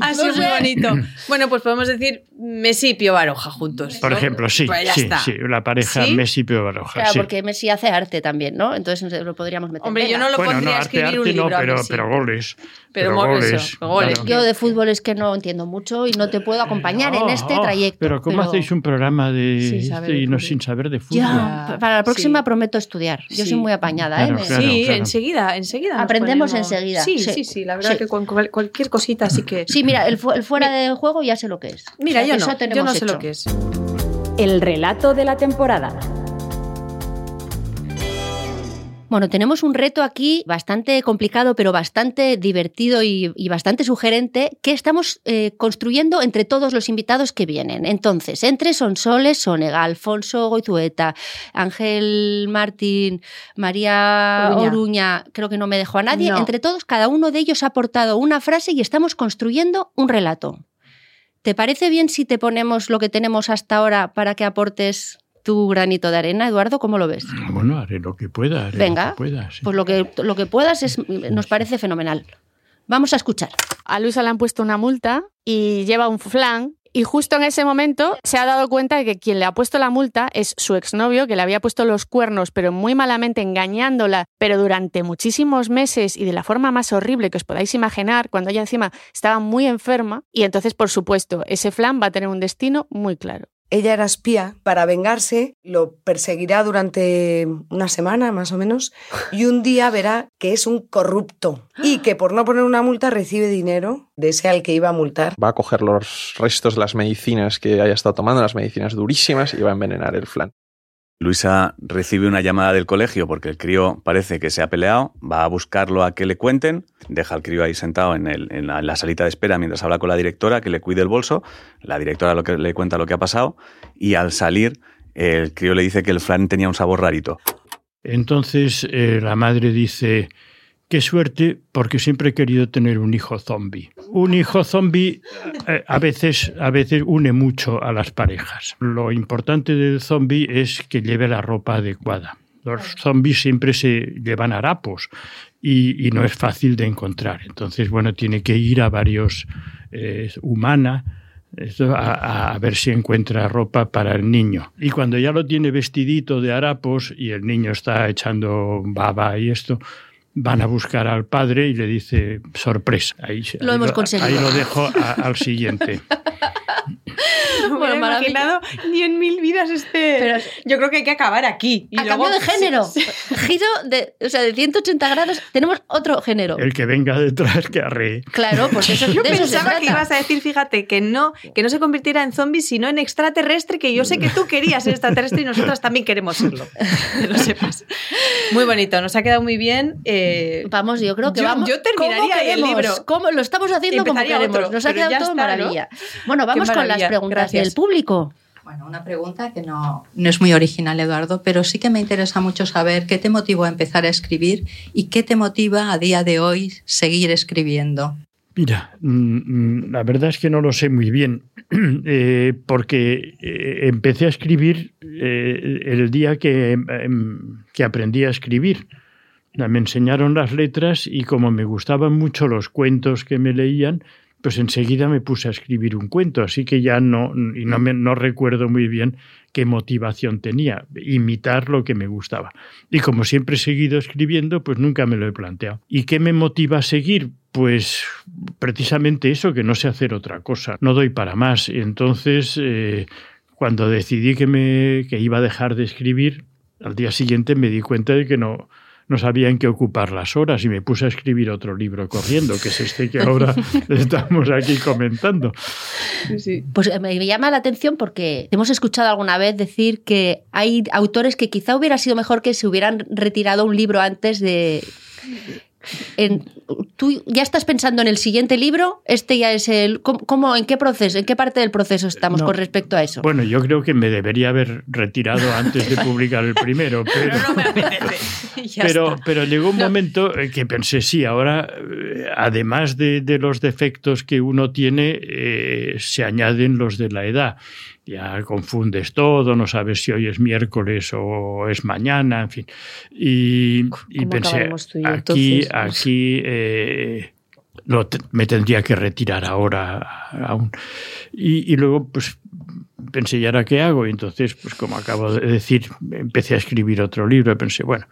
Ha sido muy bonito. Bueno, pues podemos decir Messi y Pío Baroja juntos. Por ¿no? ejemplo, sí, Pues ya sí, está. sí, la pareja ¿Sí? Messi-Pío Baroja. Claro, Ah, sí. porque Messi hace arte también, ¿no? Entonces lo podríamos meter. Hombre, yo Venga. no lo bueno, pondría no, a arte, escribir arte un libro. no, pero, a Messi. pero goles. Pero mo- goles. eso, goles. claro. Yo de fútbol es que no entiendo mucho y no te puedo acompañar en Oh, este oh, trayecto. Pero ¿cómo hacéis un programa de Sin esto saber de y no fútbol? sin saber de fútbol? Ya, Ya, para la próxima sí. prometo estudiar. Yo Sí. soy muy apañada, ¿eh? Claro, Me- claro. sí, enseguida, enseguida. nos Aprendemos ponemos- enseguida, Sí, sí. sí, sí, la verdad Sí. que cual- cual- cualquier cosita así que... Sí, mira, el, fu- el fuera de juego ya sé lo que es. Mira, O sea, yo eso no, yo tenemos no sé hecho. lo que es. El relato de la temporada. Bueno, tenemos un reto aquí bastante complicado, pero bastante divertido y, y bastante sugerente, que estamos eh, construyendo entre todos los invitados que vienen. Entonces, entre Sonsoles, Sonega, Alfonso Goizueta, Ángel Martín, María Oruña, Oruña. creo que no me dejó a nadie, No. entre todos, cada uno de ellos ha aportado una frase y estamos construyendo un relato. ¿Te parece bien si te ponemos lo que tenemos hasta ahora para que aportes tu granito de arena, Eduardo? ¿Cómo lo ves? Bueno, haré lo que pueda. haré Venga, Lo que pueda, sí. Pues lo que, lo que puedas es, nos parece fenomenal. Vamos a escuchar. A Luisa le han puesto una multa y lleva un flan Y justo en ese momento se ha dado cuenta de que quien le ha puesto la multa es su exnovio, que le había puesto los cuernos, pero muy malamente engañándola, pero durante muchísimos meses y de la forma más horrible que os podáis imaginar, cuando ella encima estaba muy enferma. Y entonces, por supuesto, ese flan va a tener un destino muy claro. Ella era espía para vengarse, lo perseguirá durante una semana más o menos y un día verá que es un corrupto y que por no poner una multa recibe dinero de ese al que iba a multar. Va a coger los restos de las medicinas que haya estado tomando, las medicinas durísimas, y va a envenenar el flan. Luisa recibe una llamada del colegio porque el crío parece que se ha peleado, va a buscarlo a que le cuenten, deja al crío ahí sentado en, el, en, la, en, la, salita de espera mientras habla con la directora que le cuide el bolso, la directora lo que, le cuenta lo que ha pasado y al salir el crío le dice que el flan tenía un sabor rarito. Entonces eh, la madre dice, qué suerte porque siempre he querido tener un hijo zombie. Un hijo zombie eh, a, veces, a veces une mucho a las parejas. Lo importante del zombie es que lleve la ropa adecuada. Los zombies siempre se llevan harapos y, y no es fácil de encontrar. Entonces, bueno, tiene que ir a varios eh, humana. A, a, ver si encuentra ropa para el niño. Y cuando ya lo tiene vestidito de harapos y el niño está echando baba y esto, van a buscar al padre y le dice sorpresa. Ahí, lo ahí hemos lo, conseguido. Ahí lo dejo a, al siguiente. No me bueno, imaginado ni en mil vidas este. Pero yo creo que hay que acabar aquí. Y a luego... cambio de género. Sí, sí. Giro de, o sea, de 180 grados, tenemos otro género. El que venga detrás que arree. Claro, porque eso, yo de pensaba eso se trata. que ibas a decir, fíjate, que no, que no se convirtiera en zombie, sino en extraterrestre, que yo sé que tú querías ser extraterrestre y nosotras también queremos serlo. Que lo sepas. Muy bonito, nos ha quedado muy bien. Eh... Vamos, yo creo que yo, vamos. Yo terminaría el libro. ¿Cómo? Lo estamos haciendo Empezaría como queremos. otro, nos ha pero quedado ya todo está, ¿no? maravilla. Bueno, vamos con las maravilla. preguntas Gracias. del público. Bueno, una pregunta que no, no es muy original, Eduardo, pero sí que me interesa mucho saber qué te motivó a empezar a escribir y qué te motiva a día de hoy seguir escribiendo. Mira, mm, mm, la verdad es que no lo sé muy bien, eh, porque eh, empecé a escribir eh, el día que, em, que aprendí a escribir. Me enseñaron las letras y como me gustaban mucho los cuentos que me leían, pues enseguida me puse a escribir un cuento, así que ya no, y no, me- no recuerdo muy bien qué motivación tenía, imitar lo que me gustaba. Y como siempre he seguido escribiendo, pues nunca me lo he planteado. ¿Y qué me motiva a seguir? Pues precisamente eso, que no sé hacer otra cosa, no doy para más. Entonces, eh, cuando decidí que, me, que iba a dejar de escribir, al día siguiente me di cuenta de que no, no sabía en qué ocupar las horas y me puse a escribir otro libro corriendo, que es este que ahora estamos aquí comentando. Pues eh, me llama la atención porque hemos escuchado alguna vez decir que hay autores que quizá hubiera sido mejor que se hubieran retirado un libro antes de... en- ¿Tú ya estás pensando en el siguiente libro? ¿Este ya es el... ¿Cómo, cómo- en qué proceso, en qué parte del proceso estamos No. con respecto a eso? Bueno, yo creo que me debería haber retirado antes de publicar el primero, pero, Pero no me apetece. Y ya pero, está. pero llegó un No. momento eh, que pensé, sí, ahora, eh, además de, de los defectos que uno tiene, eh, se añaden los de la edad. Ya confundes todo, no sabes si hoy es miércoles o es mañana, en fin. Y, y ¿Cómo pensé, acabaremos tú y yo, aquí, entonces? aquí eh, lo te- me tendría que retirar ahora aún. Y, y luego, pues pensé, ¿y ahora qué hago? Y entonces, pues como acabo de decir, empecé a escribir otro libro y pensé, bueno,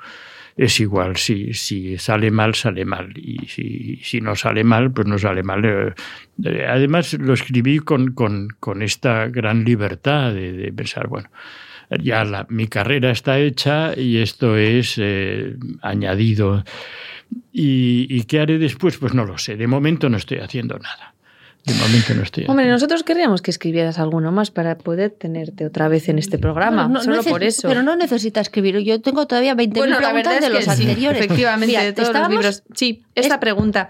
es igual, si, si sale mal, sale mal. Y si, si no sale mal, pues no sale mal. Eh, eh, Además, lo escribí con, con, con esta gran libertad de, de pensar, bueno, ya la- mi carrera está hecha y esto es eh, añadido. ¿Y, y qué haré después? Pues no lo sé. De momento no estoy haciendo nada. De momento no estoy Hombre, haciendo- nosotros querríamos que escribieras alguno más para poder tenerte otra vez en este programa, No, no, no solo neces- por eso. Pero no necesita escribir. Yo tengo todavía 20.000 Bueno, la preguntas verdad es de que los sí, anteriores. efectivamente, Mira, de todos los estábamos- libros. Sí, esta Es- pregunta.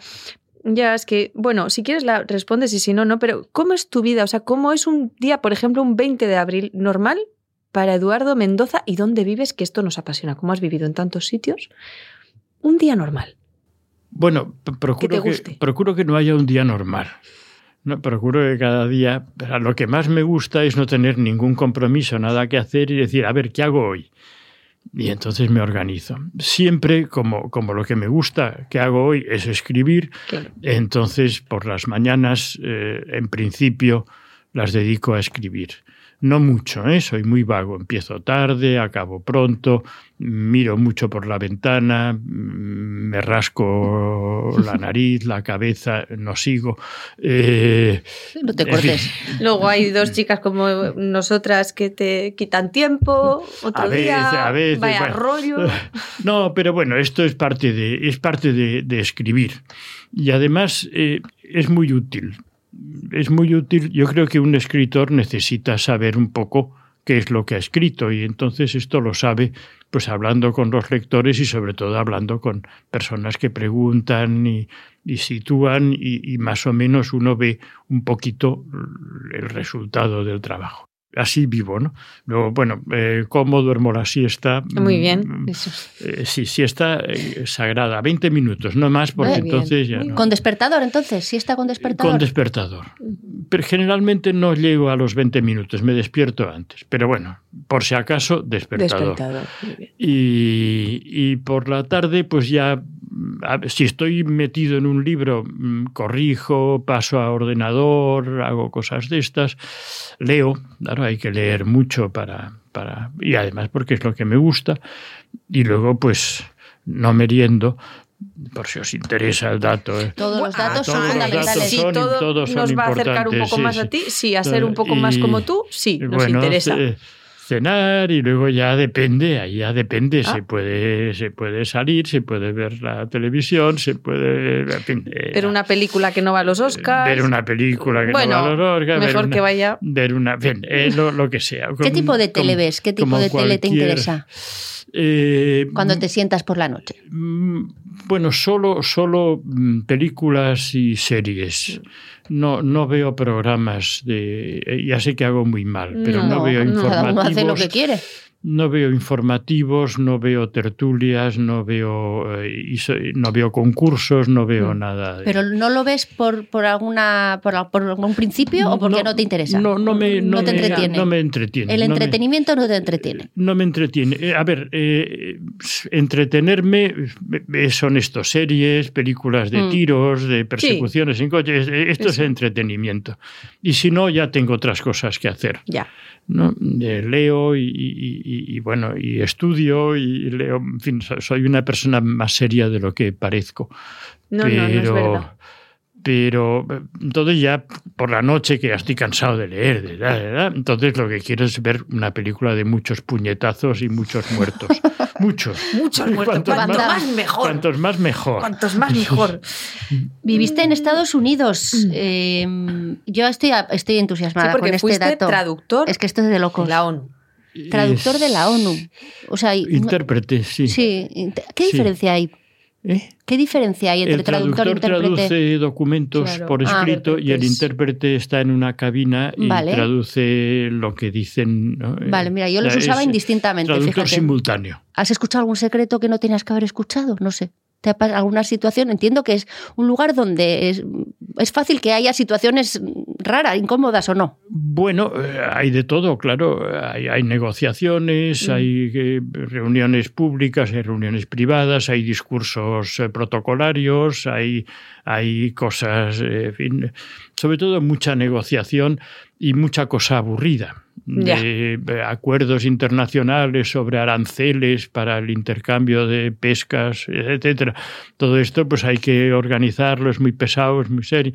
Ya, es que, bueno, si quieres la respondes y si no, no, pero ¿cómo es tu vida? O sea, ¿cómo es un día, por ejemplo, un 20 de abril normal para Eduardo Mendoza y dónde vives? Que esto nos apasiona. ¿Cómo has vivido en tantos sitios? Un día normal. Bueno, p- procuro que, guste. procuro que no haya un día normal. No, procuro que cada día, pero lo que más me gusta es no tener ningún compromiso, nada que hacer y decir, a ver, ¿qué hago hoy? Y entonces me organizo. Siempre como, como lo que me gusta que hago hoy es escribir, entonces por las mañanas, eh, en principio, las dedico a escribir. No mucho, ¿eh? soy muy vago, empiezo tarde, acabo pronto, miro mucho por la ventana, mm, me rasco la nariz, la cabeza, no sigo. Eh, No te en cortes. fin, Luego hay dos chicas como nosotras que te quitan tiempo, otro a veces, día, a veces, vaya bueno. rollo. No, pero bueno, esto es parte de, es parte de, de escribir. Y además eh, es muy útil. Es muy útil. Yo creo que un escritor necesita saber un poco qué es lo que ha escrito y entonces esto lo sabe pues hablando con los lectores y sobre todo hablando con personas que preguntan y, y sitúan y- y más o menos uno ve un poquito el resultado del trabajo. Así vivo, ¿no? Luego, bueno, eh, como duermo la siesta. Ah, Muy Mm, bien. mm, eh, sí, siesta eh, sagrada, 20 minutos, no más, porque Muy bien, entonces ya muy no. Eh, Con despertador, entonces, si está con despertador. Con despertador. Pero generalmente no llego a los 20 minutos, me despierto antes. Pero bueno, por si acaso, despertador. Despertador. Muy bien. Y, y por la tarde, pues ya, mm, a- si estoy metido en un libro, mm, corrijo, paso a ordenador, hago cosas de estas, leo, claro, hay que leer mucho para, para... Y además porque es lo que me gusta. Y luego, pues, no meriendo, por si os interesa el dato. ¿eh? Todos los Ah, datos todos son los fundamentales. datos Si son- todo todos son nos va a acercar un importantes, poco sí, más a sí. Eh, ti, sí, a ser un poco Y- más como tú, sí, nos Bueno, eh, interesa. ce- cenar y luego ya depende, ahí ya depende, Ah. se puede se puede salir, se puede ver la televisión, se puede en fin, eh, Pero una película que no va a los Oscars. ver una película que bueno, no va a los Oscars, ver mejor una- que vaya. ver una, en fin, eh, lo, lo que sea. ¿Qué tipo de tele como- ves? ¿Qué tipo como de tele te cualquier- interesa Eh, cuando te sientas por la noche? Mm, Bueno, solo, solo mm, películas y series. No, no veo programas de. eh, Ya sé que hago muy mal, pero no, No, veo no, cada uno informativos. hace lo que quiere. No veo informativos, no veo tertulias, no veo, eh, y so- no veo concursos, no veo nada. de- Mm. Pero no lo ves por, por alguna por, la- por algún principio o porque no, te interesa. No, no me, no No te me- entretiene. no me entretiene. El no me- entretenimiento no te entretiene. No me entretiene. Eh, A ver, eh, entretenerme eh, son estos series, películas de Mm. tiros, de persecuciones en coches. eh, Esto es entretenimiento. Y si no, ya tengo otras cosas que hacer. Ya. ¿no? Eh, leo y, y- y- y, bueno, y estudio y leo. En fin, so- soy una persona más seria de lo que parezco. No, pero, no, no es verdad. Pero eh, entonces ya por la noche que ya estoy cansado de leer, de da, de da, entonces lo que quiero es ver una película de muchos puñetazos y muchos muertos. muchos. Muchos muertos. Cuantos Cuanto más- más, mejor. Cuantos más mejor. Cuantos más mejor. Viviste Mm. en Estados Unidos. Eh, yo estoy, a- estoy entusiasmada Sí, porque con este fuiste dato. traductor Es que esto es de con locos. la ONU. Traductor Es- de la ONU. O sea, y- Intérprete, sí. sí. int- ¿Qué Sí. diferencia hay? ¿Eh? ¿Qué diferencia hay entre El traductor e traductor intérprete? traduce documentos Claro. por Ah, escrito y el intérpretes. intérprete está en una cabina y Vale. traduce lo que dicen. ¿no? Vale, mira, yo los eh, O sea, usaba es indistintamente, Traductor fíjate. simultáneo. ¿Has escuchado algún secreto que no tenías que haber escuchado? No sé. ¿Te ha pasado alguna situación? Entiendo que es un lugar donde es, es fácil que haya situaciones raras, incómodas o no. Bueno, eh, hay de todo, claro. Hay, hay negociaciones, hay eh, reuniones públicas, hay reuniones privadas, hay discursos eh, protocolarios, hay, hay cosas, eh, en fin, sobre todo mucha negociación y mucha cosa aburrida. Ya. De eh, acuerdos internacionales sobre aranceles para el intercambio de pescas, etcétera. Todo esto, pues hay que organizarlo, es muy pesado, es muy serio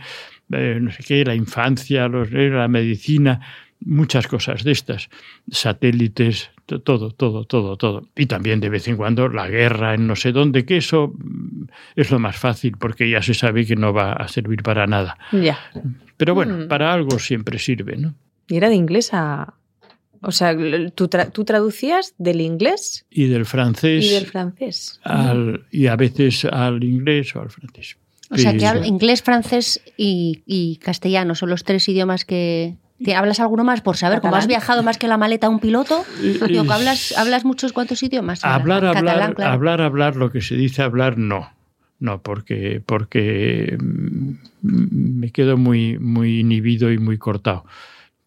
eh, no sé qué, la infancia, los, eh, la medicina, muchas cosas de estas, satélites, to- todo, todo, todo, todo. Y también de vez en cuando la guerra en no sé dónde, que eso mm, es lo más fácil porque ya se sabe que no va a servir para nada. Ya. Pero bueno, Mm. para algo siempre sirve, ¿no? Y era de inglés a. O sea, l- tú, tra- tú traducías del inglés Y del francés y del francés. al, y a veces al inglés o al francés. Mm. Eh, O sea, que Pero- habla- inglés, francés y, y castellano son los tres idiomas que... ¿Te hablas alguno más por saber? Como Catalán. has viajado más que la maleta a un piloto, Eh, digo, eh, que hablas, hablas muchos cuántos idiomas. Hablar, hablar, Catalán, claro. hablar, hablar, lo que se dice hablar, no. No, porque, porque mm, me quedo muy, muy inhibido y muy cortado.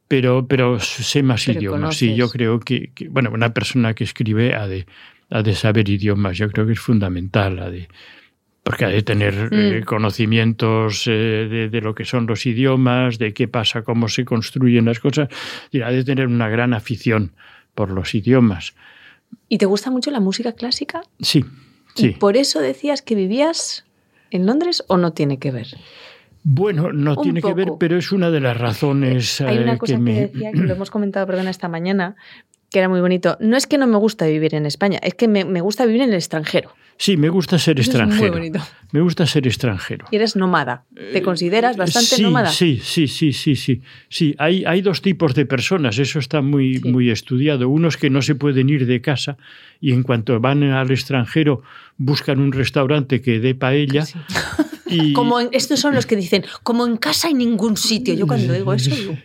Pero, pero sé más Pero idiomas. conoces. Sí, yo creo que, que, bueno, una persona que escribe ha de, ha de saber idiomas. Yo creo que es fundamental. Ha de, porque ha de tener eh, conocimientos eh, de, de lo que son los idiomas, de qué pasa, cómo se construyen las cosas, y ha de tener una gran afición por los idiomas. ¿Y te gusta mucho la música clásica? Sí, ¿Y sí. por eso decías que vivías en Londres o no tiene que ver? Bueno, no Un tiene que ver, poco. pero es una de las razones Hay eh, una cosa que que, me... decía, que lo hemos comentado, perdona, esta mañana, que era muy bonito. No es que no me gusta vivir en España, es que me, me gusta vivir en el extranjero. Sí, me gusta ser Eso es extranjero. muy bonito. Me gusta ser extranjero. Y eres nómada. ¿Te consideras bastante Eh, sí, nómada? Sí, sí, sí, sí, sí. Sí, hay, hay dos tipos de personas, eso está muy, Sí. muy estudiado. Unos que no se pueden ir de casa y en cuanto van al extranjero buscan un restaurante que dé paella. Y, Como en- estos son los que dicen, como en casa en ningún sitio. Yo cuando digo eso, digo,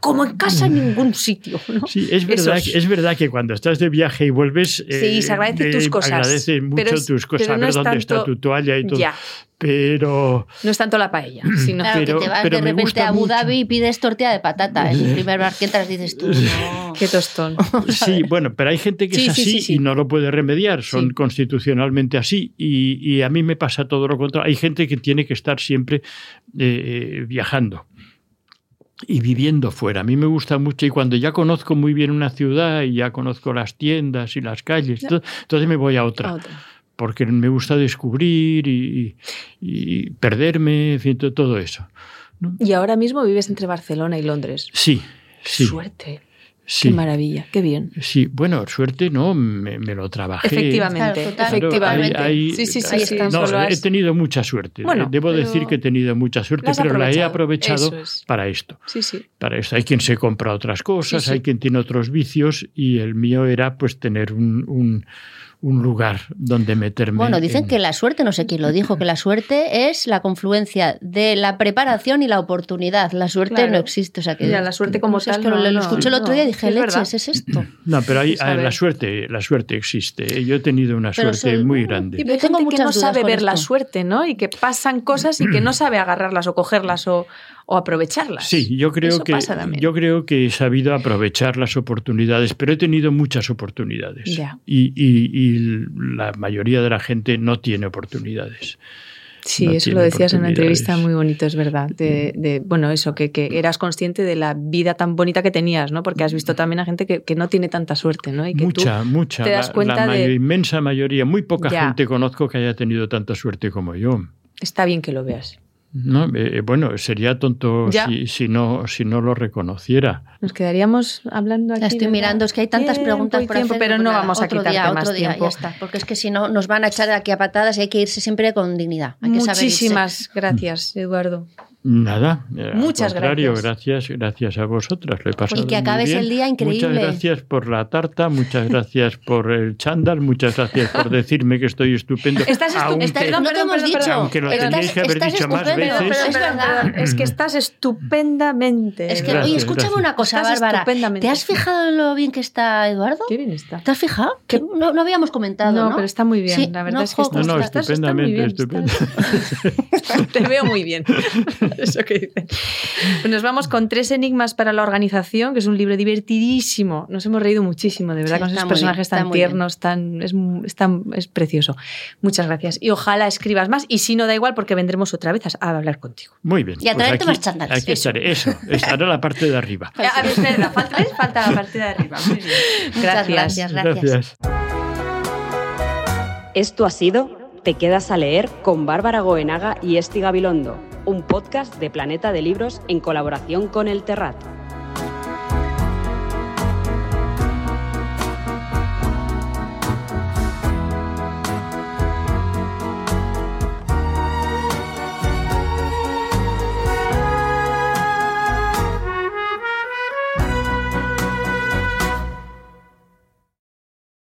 como en casa en ningún sitio. ¿no? Sí, es verdad, Esos. que- es verdad que cuando estás de viaje y vuelves... Sí, se agradecen eh, tus cosas, Agradeces pero mucho es- tus cosas, pero no saber es dónde está tanto- tu toalla y todo. Ya, Pero... no es tanto la paella, sino Claro, Pero- que te vas pero de me repente gusta a Abu mucho. Dhabi y pides tortilla de patata. En el primer bar que entras dices tú, no. qué tostón. Sí, bueno, pero hay gente que Sí, es sí, así sí, sí. y no lo puede remediar, son constitucionalmente así y, y a mí me pasa todo lo contrario. Hay gente que tiene que estar siempre eh, viajando y viviendo fuera. A mí me gusta mucho y cuando ya conozco muy bien una ciudad y ya conozco las tiendas y las calles, todo, entonces me voy a otra. A otra. Porque me gusta descubrir y, y perderme, en fin, to- todo eso. Y ahora mismo vives entre Barcelona y Londres. Sí, sí. Suerte, sí. qué maravilla, qué bien. Sí, bueno, suerte no, me, me lo trabajé. Efectivamente, Claro, total. efectivamente. Claro, hay- hay- sí, sí, sí, ahí sí, están, No, solo he has- tenido mucha suerte. eh, Bueno, Debo pero decir que he tenido mucha la suerte, has pero la he aprovechado, aprovechado eso es. para esto. sí, sí. Para esto hay quien se compra otras cosas, Sí, sí. hay quien tiene otros vicios y el mío era pues tener un, un- un lugar donde meterme. Bueno, dicen en- que la suerte, no sé quién lo dijo, que la suerte es la confluencia de la preparación y la oportunidad. La suerte Claro. no existe. O sea que. Mira, la suerte como No sé, es tal, que no, lo, lo no, escuché el otro día y no, dije, es verdad. Pues leches, ¿es esto? No, pero hay, Sí, saber. la suerte, la suerte existe. Yo he tenido una Pero suerte soy- muy Y grande. Yo hay gente tengo que muchas no dudas sabe con ver la esto. suerte, ¿no? Y que pasan cosas y que no sabe agarrarlas o cogerlas o, o aprovecharlas. Sí, yo creo Eso que pasa también. yo creo que he sabido aprovechar las oportunidades, pero he tenido muchas oportunidades Ya. y, y- y la mayoría de la gente no tiene oportunidades. Sí, no eso lo tiene decías en una entrevista oportunidades. muy bonito, es verdad. De, Mm. de- bueno, eso, que, que eras consciente de la vida tan bonita que tenías, ¿no? Porque has Mm. visto también a gente que, que no tiene tanta suerte, ¿no? Y que tú- Mucha, mucha. te das la- cuenta la mayo- de- inmensa mayoría, muy poca Ya. gente conozco que haya tenido tanta suerte como yo. está bien que lo veas. ¿no? Eh, bueno, sería tonto Ya. si, si no, si no lo reconociera. Nos quedaríamos hablando aquí. La estoy ¿verdad? mirando, es que hay tantas Tiempo preguntas y por tiempo, hacer, pero pues no nada, vamos a otro quitarte día, más otro día, tiempo. ya está, porque es que si no nos van a echar de aquí a patadas y hay que irse siempre con dignidad. Hay que saber irse. Muchísimas gracias, Eduardo. Nada. eh, al Muchas contrario, gracias. Pues gracias. Gracias a vosotras. Lo he pasado Pues que muy acabes bien. el día increíble. Muchas gracias por la tarta, muchas gracias por el chándal, muchas gracias por decirme que estoy estupendo. Estás estu- aunque- Estás- no te Perdón, hemos perdón, dicho. Mm. perdón. Aunque lo estás- teníais que haber estás dicho más estupendo, veces. pero es Perdón, verdad. perdón, es que estás estupendamente. Es que, Gracias, oye, escúchame gracias. una cosa, Estás Bárbara. estupendamente. ¿Te has fijado en lo bien que está Eduardo? Qué bien está. ¿Te has fijado? Que No, no habíamos comentado, ¿no? No, pero está muy bien. Sí, la verdad no, es que jo, No, estás, no, estás- estás muy estupendamente, bien, estupendo. Te veo muy bien. Eso que dicen. Pues nos vamos con tres enigmas para la organización, que es un libro divertidísimo. Nos hemos reído muchísimo, de verdad, Sí, con está esos muy personajes bien, está tan muy bien. tiernos, tan es, mu- es tan es precioso. Muchas gracias. Y ojalá escribas más. Y si no, da igual, porque vendremos otra vez a, a hablar contigo. Muy bien. pues Y a traerte aquí- más chándales. Aquí Eso. estaré, eso. Estará la parte de arriba. Eh, A ver, espera, falta, falta la parte de arriba. Muy bien. Muchas gracias, gracias. Esto ha sido Te quedas a leer con Bárbara Goenaga y Esti Gabilondo, un podcast de Planeta de Libros en colaboración con El Terrat.